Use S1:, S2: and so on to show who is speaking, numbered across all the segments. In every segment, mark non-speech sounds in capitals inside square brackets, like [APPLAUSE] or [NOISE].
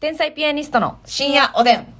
S1: 天才ピアニストの深夜おでん。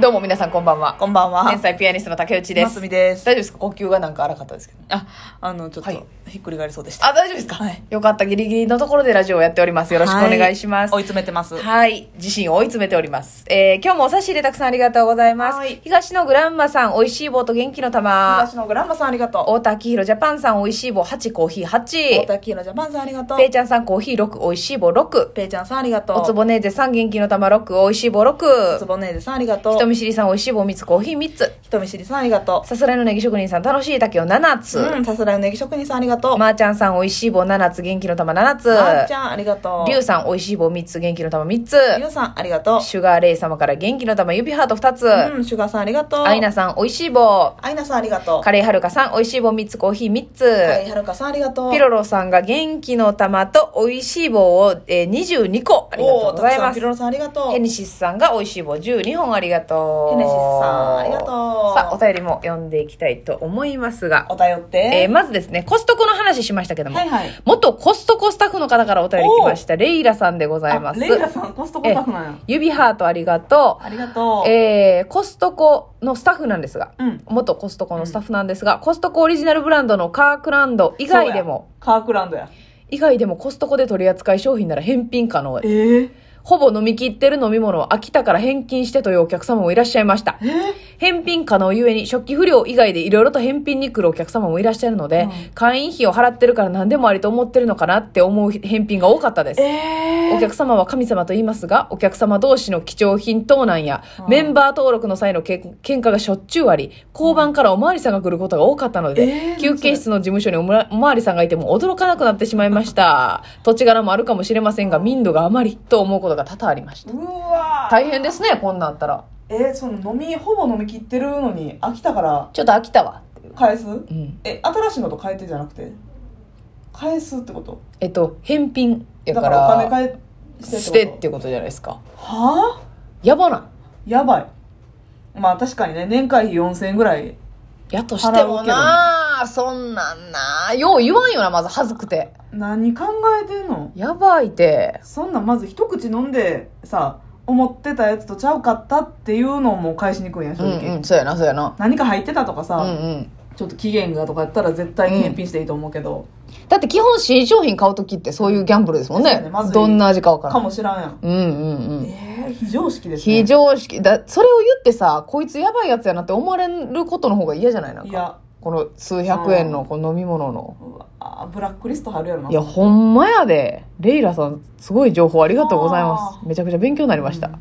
S1: どうも皆さんこんばんは。
S2: こんばんは。
S1: 天才ピアニストの竹内で。
S2: ますす
S1: 大
S2: み
S1: 丈
S2: です。
S1: 夫ですか呼吸がなんか荒かったですけど。
S2: あ、あの、ちょっ
S1: はい
S2: と、ひっくり返りそうでした。
S1: あ、大丈夫ですか、
S2: はい
S1: よかった。ギリギリのところでラジオをやっております。よろしくお願いします。
S2: は追い詰めてます。
S1: はい。自身を追い詰めております。えー今日もお差し入れたくさんありがとうございます。
S2: はい
S1: 東のグランマさん、美味しい棒と元気の玉。
S2: 東のグランマさんありがと
S1: 大田明宏ジャパンさん、美味しい棒8、コーヒー
S2: う。大
S1: 8。
S2: 田キーのジャパンさんありがとう
S1: ペ。イちゃんさん、コーヒー6、美味しい棒6。
S2: ペイちゃんさんありがとう。
S1: おつぼねーぜさん、元気の玉6、美味しい棒
S2: おつ
S1: 6。
S2: ぼねーでさんありがとう。
S1: 人見知りさん、美味しい棒3つ、コーヒー3つ。
S2: 人見知りさんありがと
S1: さすらいのネギ職人さん、楽しい竹を7つ。
S2: う。うん、さすらいのネギ職人さんありがとう。
S1: まーちゃんさん、美味しい棒7つ、元気の玉7つ。
S2: まーちゃんありがとう。
S1: りゅうさん、美味しい棒3つ、元気の玉3つ。
S2: りゅうさんありがとう。
S1: シュガーレイ様から元気の玉、指ハート2つ。
S2: うん、シュガーさんありがとう。
S1: アイナ。さん、美味しい棒。
S2: アイナさんありがとう。
S1: カレーはるかさん、美味しい棒3つ、コーヒー3つ。
S2: カレーはるかさんありがとう。
S1: ピロロさんが元気の玉と美味しい棒を、えー、22個ありがとうござい
S2: おーたくさ
S1: ま
S2: ん
S1: す
S2: ピロ。ロさんありがとう。
S1: ヘネシスさんが美味しい棒12本ありがとう。
S2: ヘネシスさんありがとう
S1: さあ、お便りも読んでいきたいと思いますが、
S2: お便って。
S1: えーまずですね、コストコの話しましたけども、
S2: はいはい。
S1: 元コストコスタッフの方からお便り来ました。レイラさんでございます。
S2: レイラさん、コストコスタッフなんや。
S1: 指ハートありがと
S2: ありがと
S1: う。
S2: う。
S1: えーコストコのスタッフなんですが、
S2: うん。
S1: 元コストコのスタッフなんですが、コストコオリジナルブランドのカークランド以外でも、
S2: そうや。カークランドや。
S1: 以外でもコストコで取り扱い商品なら返品可能。
S2: ええ
S1: ほぼ飲み切ってる飲み物を飽きたから返金してというお客様もいらっしゃいました。
S2: ええ
S1: 返品可能ゆえに食器不良以外でいろいろと返品に来るお客様もいらっしゃるので、
S2: うん
S1: 会員費を払ってるから何でもありと思ってるのかなって思う返品が多かったです。
S2: え
S1: お客様は神様と言いますが、お客様同士の貴重品盗難や、
S2: うん
S1: メンバー登録の際のけん喧嘩がしょっちゅうあり、交番からおまわりさんが来ることが多かったので
S2: え、ー
S1: 休憩室の事務所におまおまわりさんがいても驚かなくなってしまいました。土地柄もあるかもしれませんが、民度があまりと思うことが多々ありました。
S2: うわ
S1: 大変ですね、こんなんあったら。
S2: えその飲みほぼ飲み切ってるのに飽きたから
S1: ちょっと飽きたわ。
S2: 返す
S1: うん。
S2: え新しいのと変えてじゃなくて返すってこと
S1: えっと、返品や
S2: だ
S1: か
S2: からお金
S1: ら、
S2: 返して
S1: 捨てっ
S2: こと
S1: ていうことじゃないですか。
S2: はあ
S1: やばない。
S2: やばいまあ確かにね年会費4000円ぐらい
S1: やとしてもなそんなんなよう言わんよな、まず恥ずくて。
S2: 何考えてんの
S1: やばいて。
S2: そんなんまず一口飲んでさ思ってたやつとちゃうかったっていうのも返しにくいやん
S1: う
S2: 正
S1: ん
S2: 直、
S1: うん、そうやな、そうやな。
S2: 何か入ってたとかさ、
S1: うんうん。
S2: ちょっと期限がとかやったら絶対に返品していいと思うけど、
S1: だって基本新商品買うときってそういうギャンブルですもん
S2: そ
S1: ね。
S2: うやねまずい
S1: どんな味かわから
S2: か
S1: ん。
S2: もしらんやん
S1: うんうんうん。
S2: えー、非常識ですね
S1: 非常識。だ、それを言ってさ、こいつやばいやつやなって思われることの方が嫌じゃないなん
S2: い
S1: か。
S2: や
S1: この数百円のこの飲み物の。
S2: うわーブラックリスト貼るやろない
S1: や、ほんまやで。レイラさん、すごい情報ありがとうございま
S2: あ
S1: す。めちゃくちゃ勉強になりました。
S2: うん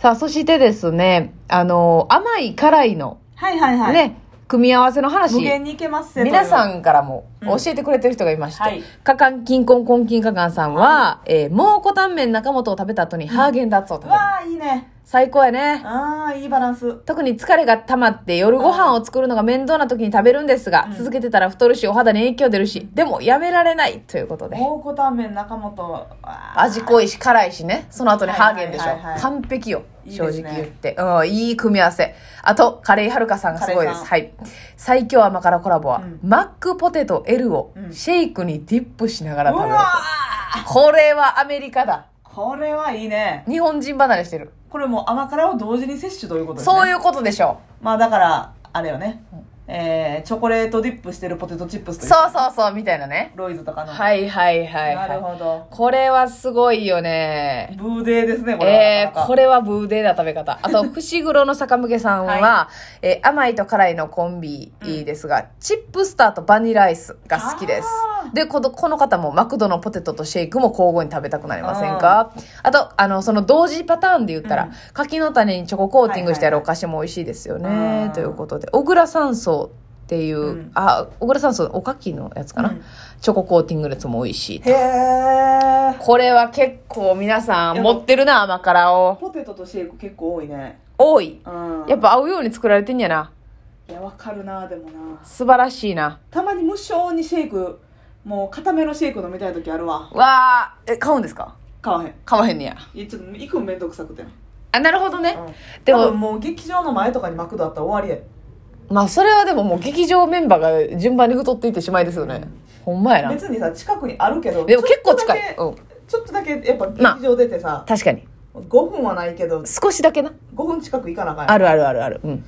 S1: さあ、そしてですね、あの、甘い辛いの、
S2: はいはいはい、
S1: ね、組み合わせの話。
S2: 無限にいけますせ
S1: 皆さ
S2: ん
S1: んからも
S2: うん
S1: 教えてくれてる人がいまして、
S2: はい
S1: カカンキンコンコンキンカカンさんは、えー、蒙古タンメン中本を食べた後にハーゲンダッツを食べる。
S2: わあいいね
S1: 最高やね。
S2: ああいいバランス
S1: 特に疲れが溜まって夜ご飯を作るのが面倒な時に食べるんですが、
S2: うん
S1: 続けてたら太るし、お肌に影響出るし、でもやめられないということで。
S2: 蒙古タンメン中本あー
S1: 味濃いし辛いしね。その後にハーゲンでしょ。
S2: はいはいはいはい
S1: 完璧よ。
S2: いい
S1: 正
S2: で
S1: 直
S2: すね
S1: 言って。うん、いい組み合わせ。あと、カレイはるかさんがすごいで
S2: カレイ
S1: す。
S2: さん
S1: はい。最強甘辛コラボは、
S2: うん
S1: マックポテト L を
S2: うん
S1: シェイクにディップしながら
S2: う
S1: 食べる。
S2: わー
S1: これはアメリカだ。
S2: これはいいね
S1: 日本人離れしてる。
S2: これもう甘辛を同時に摂取ということですね
S1: そういううことでしょ
S2: まあだからあれよね、えー、チョコレートディップしてるポテトチップス
S1: う。
S2: という
S1: そうそうそう、みたいなね。
S2: ロイズとかのい、
S1: はいはいはい、
S2: な
S1: は
S2: るほど
S1: い。これはすごいよね。
S2: ブーデーですねこれは
S1: え
S2: なか
S1: ー、
S2: なか
S1: これはブーデーな食べ方。あ
S2: [LAUGHS]
S1: と、伏黒の坂向さんは、
S2: は
S1: えー甘いと辛いのコンビですが、チップスターとバニラアイスが好きです
S2: あ。ー
S1: で、この、この方もマクドのポテトとシェイクも交互に食べたくなりませんかあと、あの、その同時パターンで言ったら、
S2: うん
S1: 柿の種にチョココーティングしてある
S2: は
S1: お
S2: い
S1: 菓子も美味しいですよね。
S2: うん
S1: ということで、小倉山荘っていう、
S2: うん
S1: あ、小倉山荘、おかきのやつかな、
S2: うん
S1: チョココーティングのやつも美味しいと。
S2: へえ
S1: これは結構皆さん持ってるな、甘辛を。
S2: ポテトとシェイク結構多いね
S1: 多い。
S2: うん
S1: やっぱ合うように作られてんやな。
S2: いやわかるなでもな
S1: 素晴らしいな。
S2: たまに無性にシェイクもう固めのシェイク飲みたい時あるわ
S1: わあ、え、買うんですか
S2: 買わへん
S1: 買わへんねや。
S2: いやちょっと行くのめんどくさくて、
S1: あ、なるほどね。で
S2: でも
S1: も、
S2: もう劇場の前とかにマクドあったら終わりや
S1: まあそれはでももう劇場メンバーが順番に太っていってしまいですよね。ほんまやな。
S2: 別にさ近くにあるけど
S1: でも結構近
S2: ち
S1: い。
S2: ょ
S1: う
S2: っ
S1: ん。
S2: とだけ,、やっぱ
S1: まあ
S2: 劇場出てさ、
S1: 確かに。
S2: 5分はないけど
S1: 少しだけな。
S2: 5分近く行かなあかんやん
S1: あるあるあるある。うん。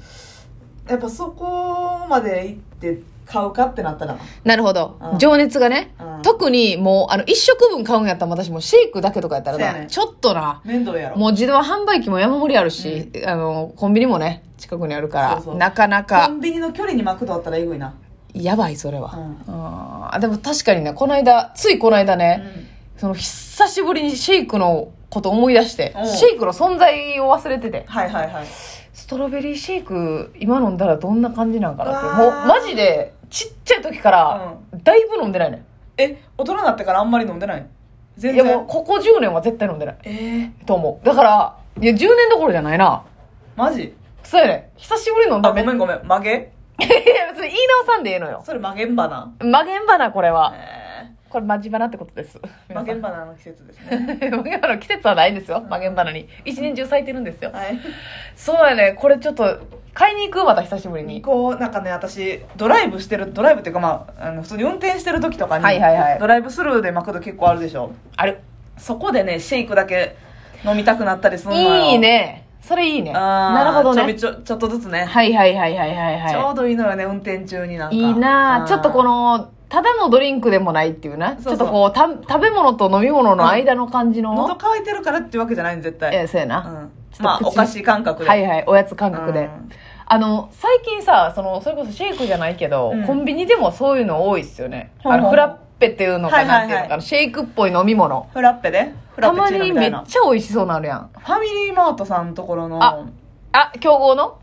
S2: やっぱそこまで行って買うかってなったらな
S1: なるほど
S2: う。ん
S1: 情熱がね
S2: うん。
S1: 特にもう、あの、一食分買うんやったら私もシェイクだけとかやったら
S2: そうや
S1: な、
S2: ね
S1: ちょっとな、
S2: 面倒やろ
S1: もう自動販売機も山盛りあるし、あの、コンビニもね、近くにあるから、
S2: そうそう
S1: なかな
S2: コ
S1: か、
S2: ンビニの距離にマクドあったらえぐいな
S1: やばい、それは。
S2: うん
S1: あーでも確かにね、この間、ついこの間ね、その久しぶりにシェイクのこと思い出して
S2: うん、
S1: シェイクの存在を忘れてて、
S2: はいはいはい
S1: ストロベリーシェイク今飲んだらどんな感じなんかなって、
S2: うわ
S1: もう
S2: ー
S1: マジでちっちゃい時から、だいぶ飲んでないね。
S2: え大人になってからあんまり飲んでない全
S1: いやもう
S2: 然
S1: ここ10年は絶対飲んでない
S2: えー、
S1: と思う。だから、いや10年どころじゃないな。
S2: マジ
S1: そうやね。久しぶりに飲ん [LAUGHS]
S2: あ
S1: だ
S2: ごめんごめん曲げ
S1: めいや別に言い直さんでええのよ。
S2: それ曲げんばな
S1: 曲げんばな、これは。
S2: え
S1: これ、まじばなってことです。 [LAUGHS]
S2: ー曲げんばなの季節ですね
S1: 曲げんばなの [LAUGHS] 季節はないですよ。曲げんばなに。一年中咲いてるんですよ。
S2: はい
S1: そうやね。これちょっと、買いに行くまた久しぶりに。
S2: こうなんかね私ドライブしてるドライブっていうかまああの普通に運転してる時とかに、
S1: はいはいはい
S2: ドライブスルーでマクド結構あるでしょ
S1: ある。
S2: そこでねシェイクだけ飲みたくなったりするのよ
S1: いいね。それいいね。
S2: あー
S1: なるほど
S2: ちょび
S1: ね。
S2: ちょちょっとずつね、
S1: はいはいはいはいはい
S2: ちょ
S1: は
S2: うどいいのよね運転中になんか
S1: い。いいな
S2: あー
S1: あちょっとこの、ただのドリンクでもないっていうな。
S2: そうそう
S1: ちょっとこうた、食べ物と飲み物の間の感じの。
S2: 喉乾いてるからってわけじゃないの絶対、
S1: ええそうやな。
S2: うん
S1: ちょっと
S2: まあ
S1: 口
S2: お菓子感覚で
S1: はいはい、おやつ感覚で。
S2: うん
S1: あの、最近さ、その、それこそシェイクじゃないけど、
S2: うん
S1: コンビニでもそういうの多いっすよね。
S2: ほうほう
S1: あの、フラッペっていうのか
S2: はいはい
S1: な
S2: はい
S1: んていうのかな、シェイクっぽい飲み物。
S2: フラッペでフラ
S1: た
S2: ッ
S1: ま
S2: ペチーノ
S1: に
S2: みた
S1: め
S2: い
S1: っ
S2: な
S1: ちゃ美味しそうなるやん。
S2: ファミリーマートさんのところの
S1: ああ、競合の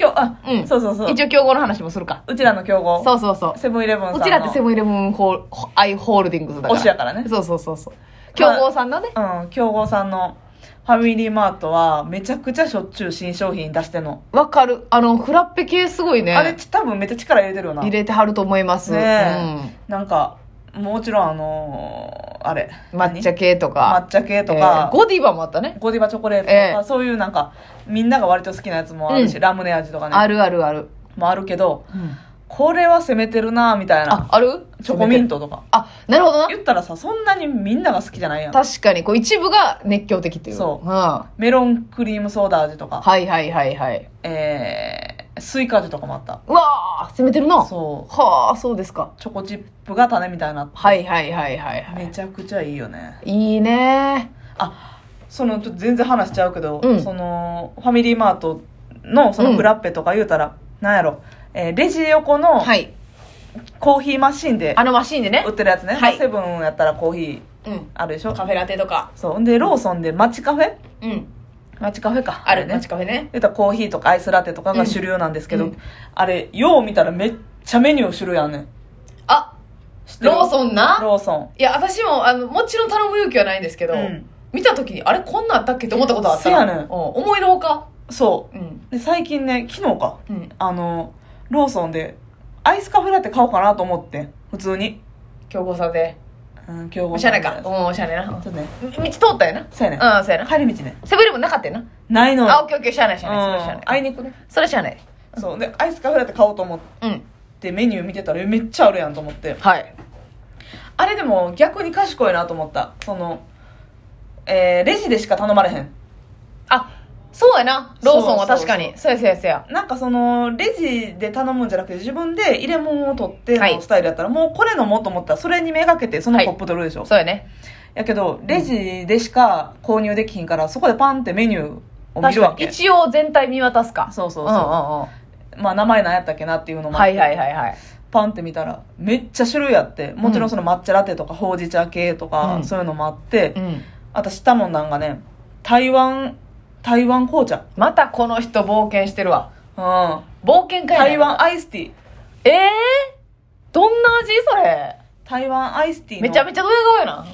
S2: 今日あ、
S1: うん
S2: そうそうそう
S1: 一応競合の話もするか。
S2: うちらの競合
S1: そうそうそう。
S2: セブンイレブンさんの
S1: うちらってセブンイレブンホール、ほアイホールディングスだから。
S2: 推しやからね
S1: そうそうそうそう。競合さんのね。
S2: うん、競合さんのファミリーマートはめちゃくちゃしょっちゅう新商品出してんの、
S1: わかる。あの、フラッペ系すごい
S2: あれ
S1: ね。
S2: 多分めっちゃ力入れてるよな
S1: 入れてはると思います。
S2: ね
S1: うん。
S2: えなんかもちろんあのーあれ
S1: 抹茶系と
S2: 何
S1: か。
S2: 抹茶系とか、
S1: えーゴディバもあったね。
S2: ゴディバチョコレートとか、
S1: ええ
S2: そういうなんかみんなが割と好きなやつもあるし、
S1: うん
S2: ラムネ味とかね
S1: あるあるある。
S2: もあるけどこれは攻めてるなみたい
S1: あ
S2: な、
S1: ある
S2: チョコミン
S1: ト。
S2: トとか
S1: あ、なるほどな。
S2: 言ったらさそんなにみんなが好きじゃないやん
S1: 確かに、こう一部が熱狂的っていう。。
S2: そうん
S1: は
S2: メロンクリームソーダ味とか、
S1: いはいはいはい。
S2: えー、スイカ味とかもあった
S1: うわあ攻めてるな。
S2: そう
S1: はあ、そうですか。
S2: チョコチップが種みたいな
S1: はいはいはいはいは
S2: め
S1: い。
S2: ちゃくちゃいいよね
S1: いいね
S2: あそのちょっと全然話しちゃうけど、
S1: うん
S2: そのファミリーマートのそのフラッペとか言うたら、なんやろ、えーレジ横の
S1: はい。
S2: コーヒーマシンで
S1: あのマシーンでね
S2: 売。ってるやつね、
S1: はい
S2: セブンやったらコーヒー
S1: うん。
S2: あるでしょ
S1: カフェラテとか。
S2: そうほんでローソンで街カフェ
S1: うん。
S2: 街カフェか
S1: ある
S2: ね
S1: ね。チカフェね。
S2: 言ったらコーヒーとかアイスラテとかが主流なんですけど、
S1: うんうん
S2: あれよう見たらめっちゃメニュー種類あんねん
S1: あ、
S2: 知ってる
S1: ローソンな。
S2: ローソン
S1: いや、私も、あの、もちろん頼む勇気はないんですけど、
S2: うん
S1: 見た時に、あれ、こんなんあったっけって思ったことはあったの。
S2: せやねん
S1: うん思いのほか。
S2: そ
S1: うん。
S2: うで最近ね昨日か
S1: うん。
S2: あのローソンでアイスカフェラテ買おうかなと思って普通に
S1: 競合さんで。
S2: うん今日
S1: おしゃれか。う
S2: ち
S1: ん
S2: ょ、
S1: おしゃれな。うん
S2: っとね
S1: 道通ったよな。
S2: そうやね
S1: うん、そうやな。
S2: 帰り道ね
S1: セブンイレブンなかったよな。
S2: ないの
S1: あ、オッ
S2: う
S1: ケーオッケー、しゃあない、しゃあない、それしゃあ
S2: ん
S1: な
S2: あ
S1: い。
S2: いに行くね
S1: それしゃあない。
S2: そうでアイスカフェラテ買おうと思っ
S1: うん。
S2: てメニュー見てたらえめっちゃあるやんと思って
S1: はい。
S2: あれでも逆に賢いなと思ったそのえーレジでしか頼まれへん
S1: あ、そうやな。ローソンは
S2: そうそうそ
S1: 確
S2: う
S1: かに。そうやそうやそうや。
S2: なんかそのレジで頼むんじゃなくて自分で入れ物を取って
S1: はい
S2: のスタイルやったら、もうこれ飲もうと思ったらそれにめがけてその
S1: はい
S2: コップ取るでしょ、
S1: そうやね。
S2: やけどレジでしか購入できひんからそこでパンってメニューを見
S1: 確
S2: る
S1: か
S2: わ
S1: に。
S2: け
S1: 一応全体見渡すか。
S2: そうそうそう、
S1: うんうんうん。
S2: まあ名前なんやったっけなっていうのもあっ
S1: は
S2: て
S1: いはいはいはい。
S2: パンって見たらめっちゃ種類あってもちろんその抹茶ラテとかほうじ茶系とか、
S1: うん
S2: そういうのもあって、
S1: うん。
S2: 私たもんなんかね台湾台湾紅茶、
S1: またこの人冒険してるわ。
S2: うん、
S1: 冒険会
S2: 台。湾アイスティー
S1: ええどんな味それ。
S2: 台湾アイスティーの
S1: めちゃめちゃドヤ顔やな。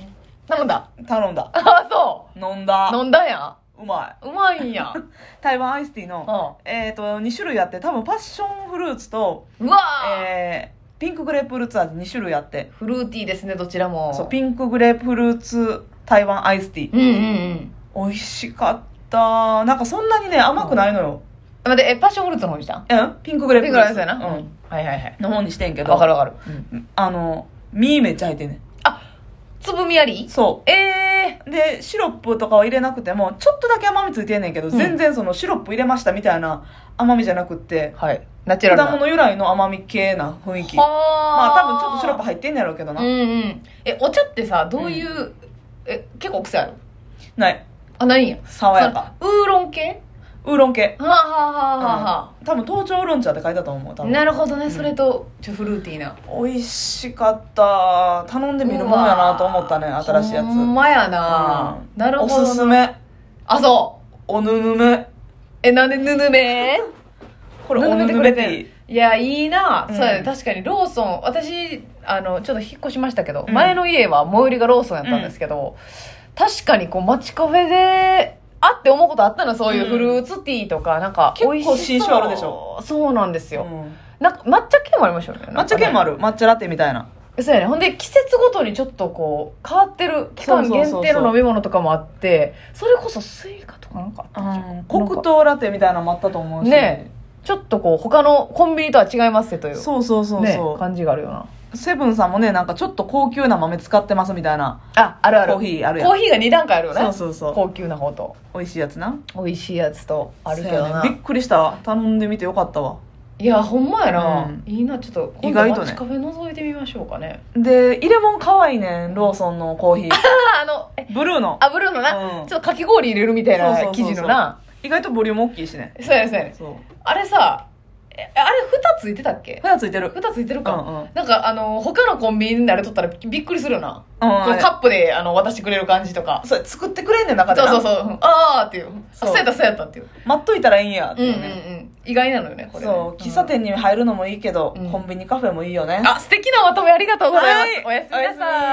S1: 頼ん
S2: [LAUGHS]
S1: だ。
S2: 頼んだ
S1: あ、そ
S2: 飲んだ
S1: う。飲んだんや。
S2: うま
S1: うまいん
S2: [LAUGHS]
S1: や。
S2: い台湾アイスティ
S1: う
S2: ー
S1: ん。
S2: の、
S1: う
S2: えっ、と2種類あって多分パッションフルーツと、
S1: わー
S2: えーピンクグレープフルーツ味2種類あって
S1: フルーティーですね、どちらも。
S2: そうピンクグレープフルーツ台湾アイスティー
S1: うんうんうん。
S2: 美味しかったなんかそんなにね甘くないのよ、
S1: 待って、え、パッションフルーツの方にしたん
S2: うん、ピンクグレー
S1: ピ
S2: プ
S1: ンクライ
S2: フルーツ
S1: スやな。
S2: うん、
S1: はいはいはい。
S2: の方にしてんけど
S1: わかるわかる。
S2: あの実めっちゃ入ってんね
S1: あ、つぶみあり
S2: ん。そ
S1: ええ
S2: う。で、シロップとかは入れなくても、ちょっとだけ甘みついてんねんけど、
S1: うん
S2: 全然そのシロップ入れましたみたいな甘みじゃなくって、
S1: はい。ナチュラ
S2: 果
S1: ルな。
S2: 物由来の甘み系な雰囲気。ま
S1: は
S2: あ
S1: あ
S2: 多分ちょっとシロップ入ってんねやろうけどな。
S1: うんうん。え、お茶ってさ、どういう、え、結構癖ある
S2: ない。
S1: あ、ないんや。
S2: 爽やか。
S1: そのウーロン系
S2: ウーロン系。
S1: はあ、はあはあはあは
S2: 多分東京ウーロン茶って書いたと思う。多
S1: あ、
S2: 分
S1: なるほどね、
S2: ん
S1: それと、ちょ、フルーティーな。
S2: 美味しかった頼んでみるもんやなと思ったね
S1: うわ
S2: 新しいやつ
S1: ほんまやな、
S2: うん
S1: なるほ
S2: お
S1: どな
S2: すすめ
S1: あ、そう。
S2: おぬぬめ
S1: え、なんでぬぬめ
S2: これおぬ
S1: て
S2: ぬ
S1: く
S2: め
S1: れ
S2: ティ
S1: ていや、いいな、
S2: うん
S1: そうやね。確かに、ローソン。私、あの、ちょっと引っ越しましたけど、
S2: うん
S1: 前の家は最寄りがローソンやったんですけど、確かに、こう、街カフェで、あって思うことあったの、そういうフルーツティーとか、なんか、
S2: 結構
S1: 美味しそう
S2: 新種あるでしょ。
S1: そうなんですよ。
S2: うん
S1: なんか、抹茶系もありましたよね。
S2: 抹茶系もあ
S1: る。
S2: る抹茶ラテみたいな
S1: そうやね。ほんで、季節ごとにちょっとこう、変わってる、期間
S2: そうそうそうそ
S1: 限
S2: う
S1: 定の飲み物とかもあって、それこそスイカとかなんかあったんちゃうかな
S2: 黒糖ラテみたいなのもあったと思うし
S1: ねちょっとこう、他のコンビニとは違いますってという。
S2: そうそうそう
S1: ね、
S2: そ
S1: 感じがあるよな。
S2: うセブンさんもねなんかちょっと高級な豆使ってますみたいな
S1: あ、あるある。
S2: コーヒーあるや
S1: コ
S2: ん
S1: ーヒーが2段階あるよね。
S2: そうそうそう
S1: 高級な方と、
S2: 美味しいやつな
S1: 美味しいやつと、あるけどな。
S2: そうやねびっくりしたわ頼んでみてよかったわ
S1: いや、ほんまやな。
S2: うん
S1: いいな、ちょっと、
S2: 意外とね
S1: 街カフェ覗いてみましょうかね。
S2: で入れ物可愛いねんローソンの [LAUGHS] コーヒー
S1: ああ、あの、え、
S2: ブルーの
S1: あ、ブルーのな、
S2: うん
S1: ちょっとかき氷入れるみたい
S2: そうそう
S1: な
S2: そうそ
S1: 生
S2: う
S1: 地のな。
S2: 意外とボリューム大きいしね
S1: そうやねそうやね
S2: そう
S1: あれさ、えあれ2ついてたっけ
S2: ふやついてる
S1: ?2 ついてるか。
S2: うんうん
S1: なんか、あの、他のコンビニに慣れとったらびっくりするよな。
S2: うん
S1: こ
S2: あ
S1: う
S2: れ
S1: カップで、あの、渡してくれる感じとか。
S2: それ作ってくれんねん中で
S1: そうそ
S2: な
S1: うそう。うんあーっていう。そ
S2: そうう
S1: そうやった、そうやったっていう。
S2: 待っといたらいいんやって
S1: うんうんう
S2: ね、
S1: ん。意外なのよね、これね。
S2: そうん喫茶店に入るのもいいけど、
S1: うん
S2: コンビニカフェもいいよね
S1: あ、素敵なまとめありがとうございます。
S2: はい
S1: おやすみなさい。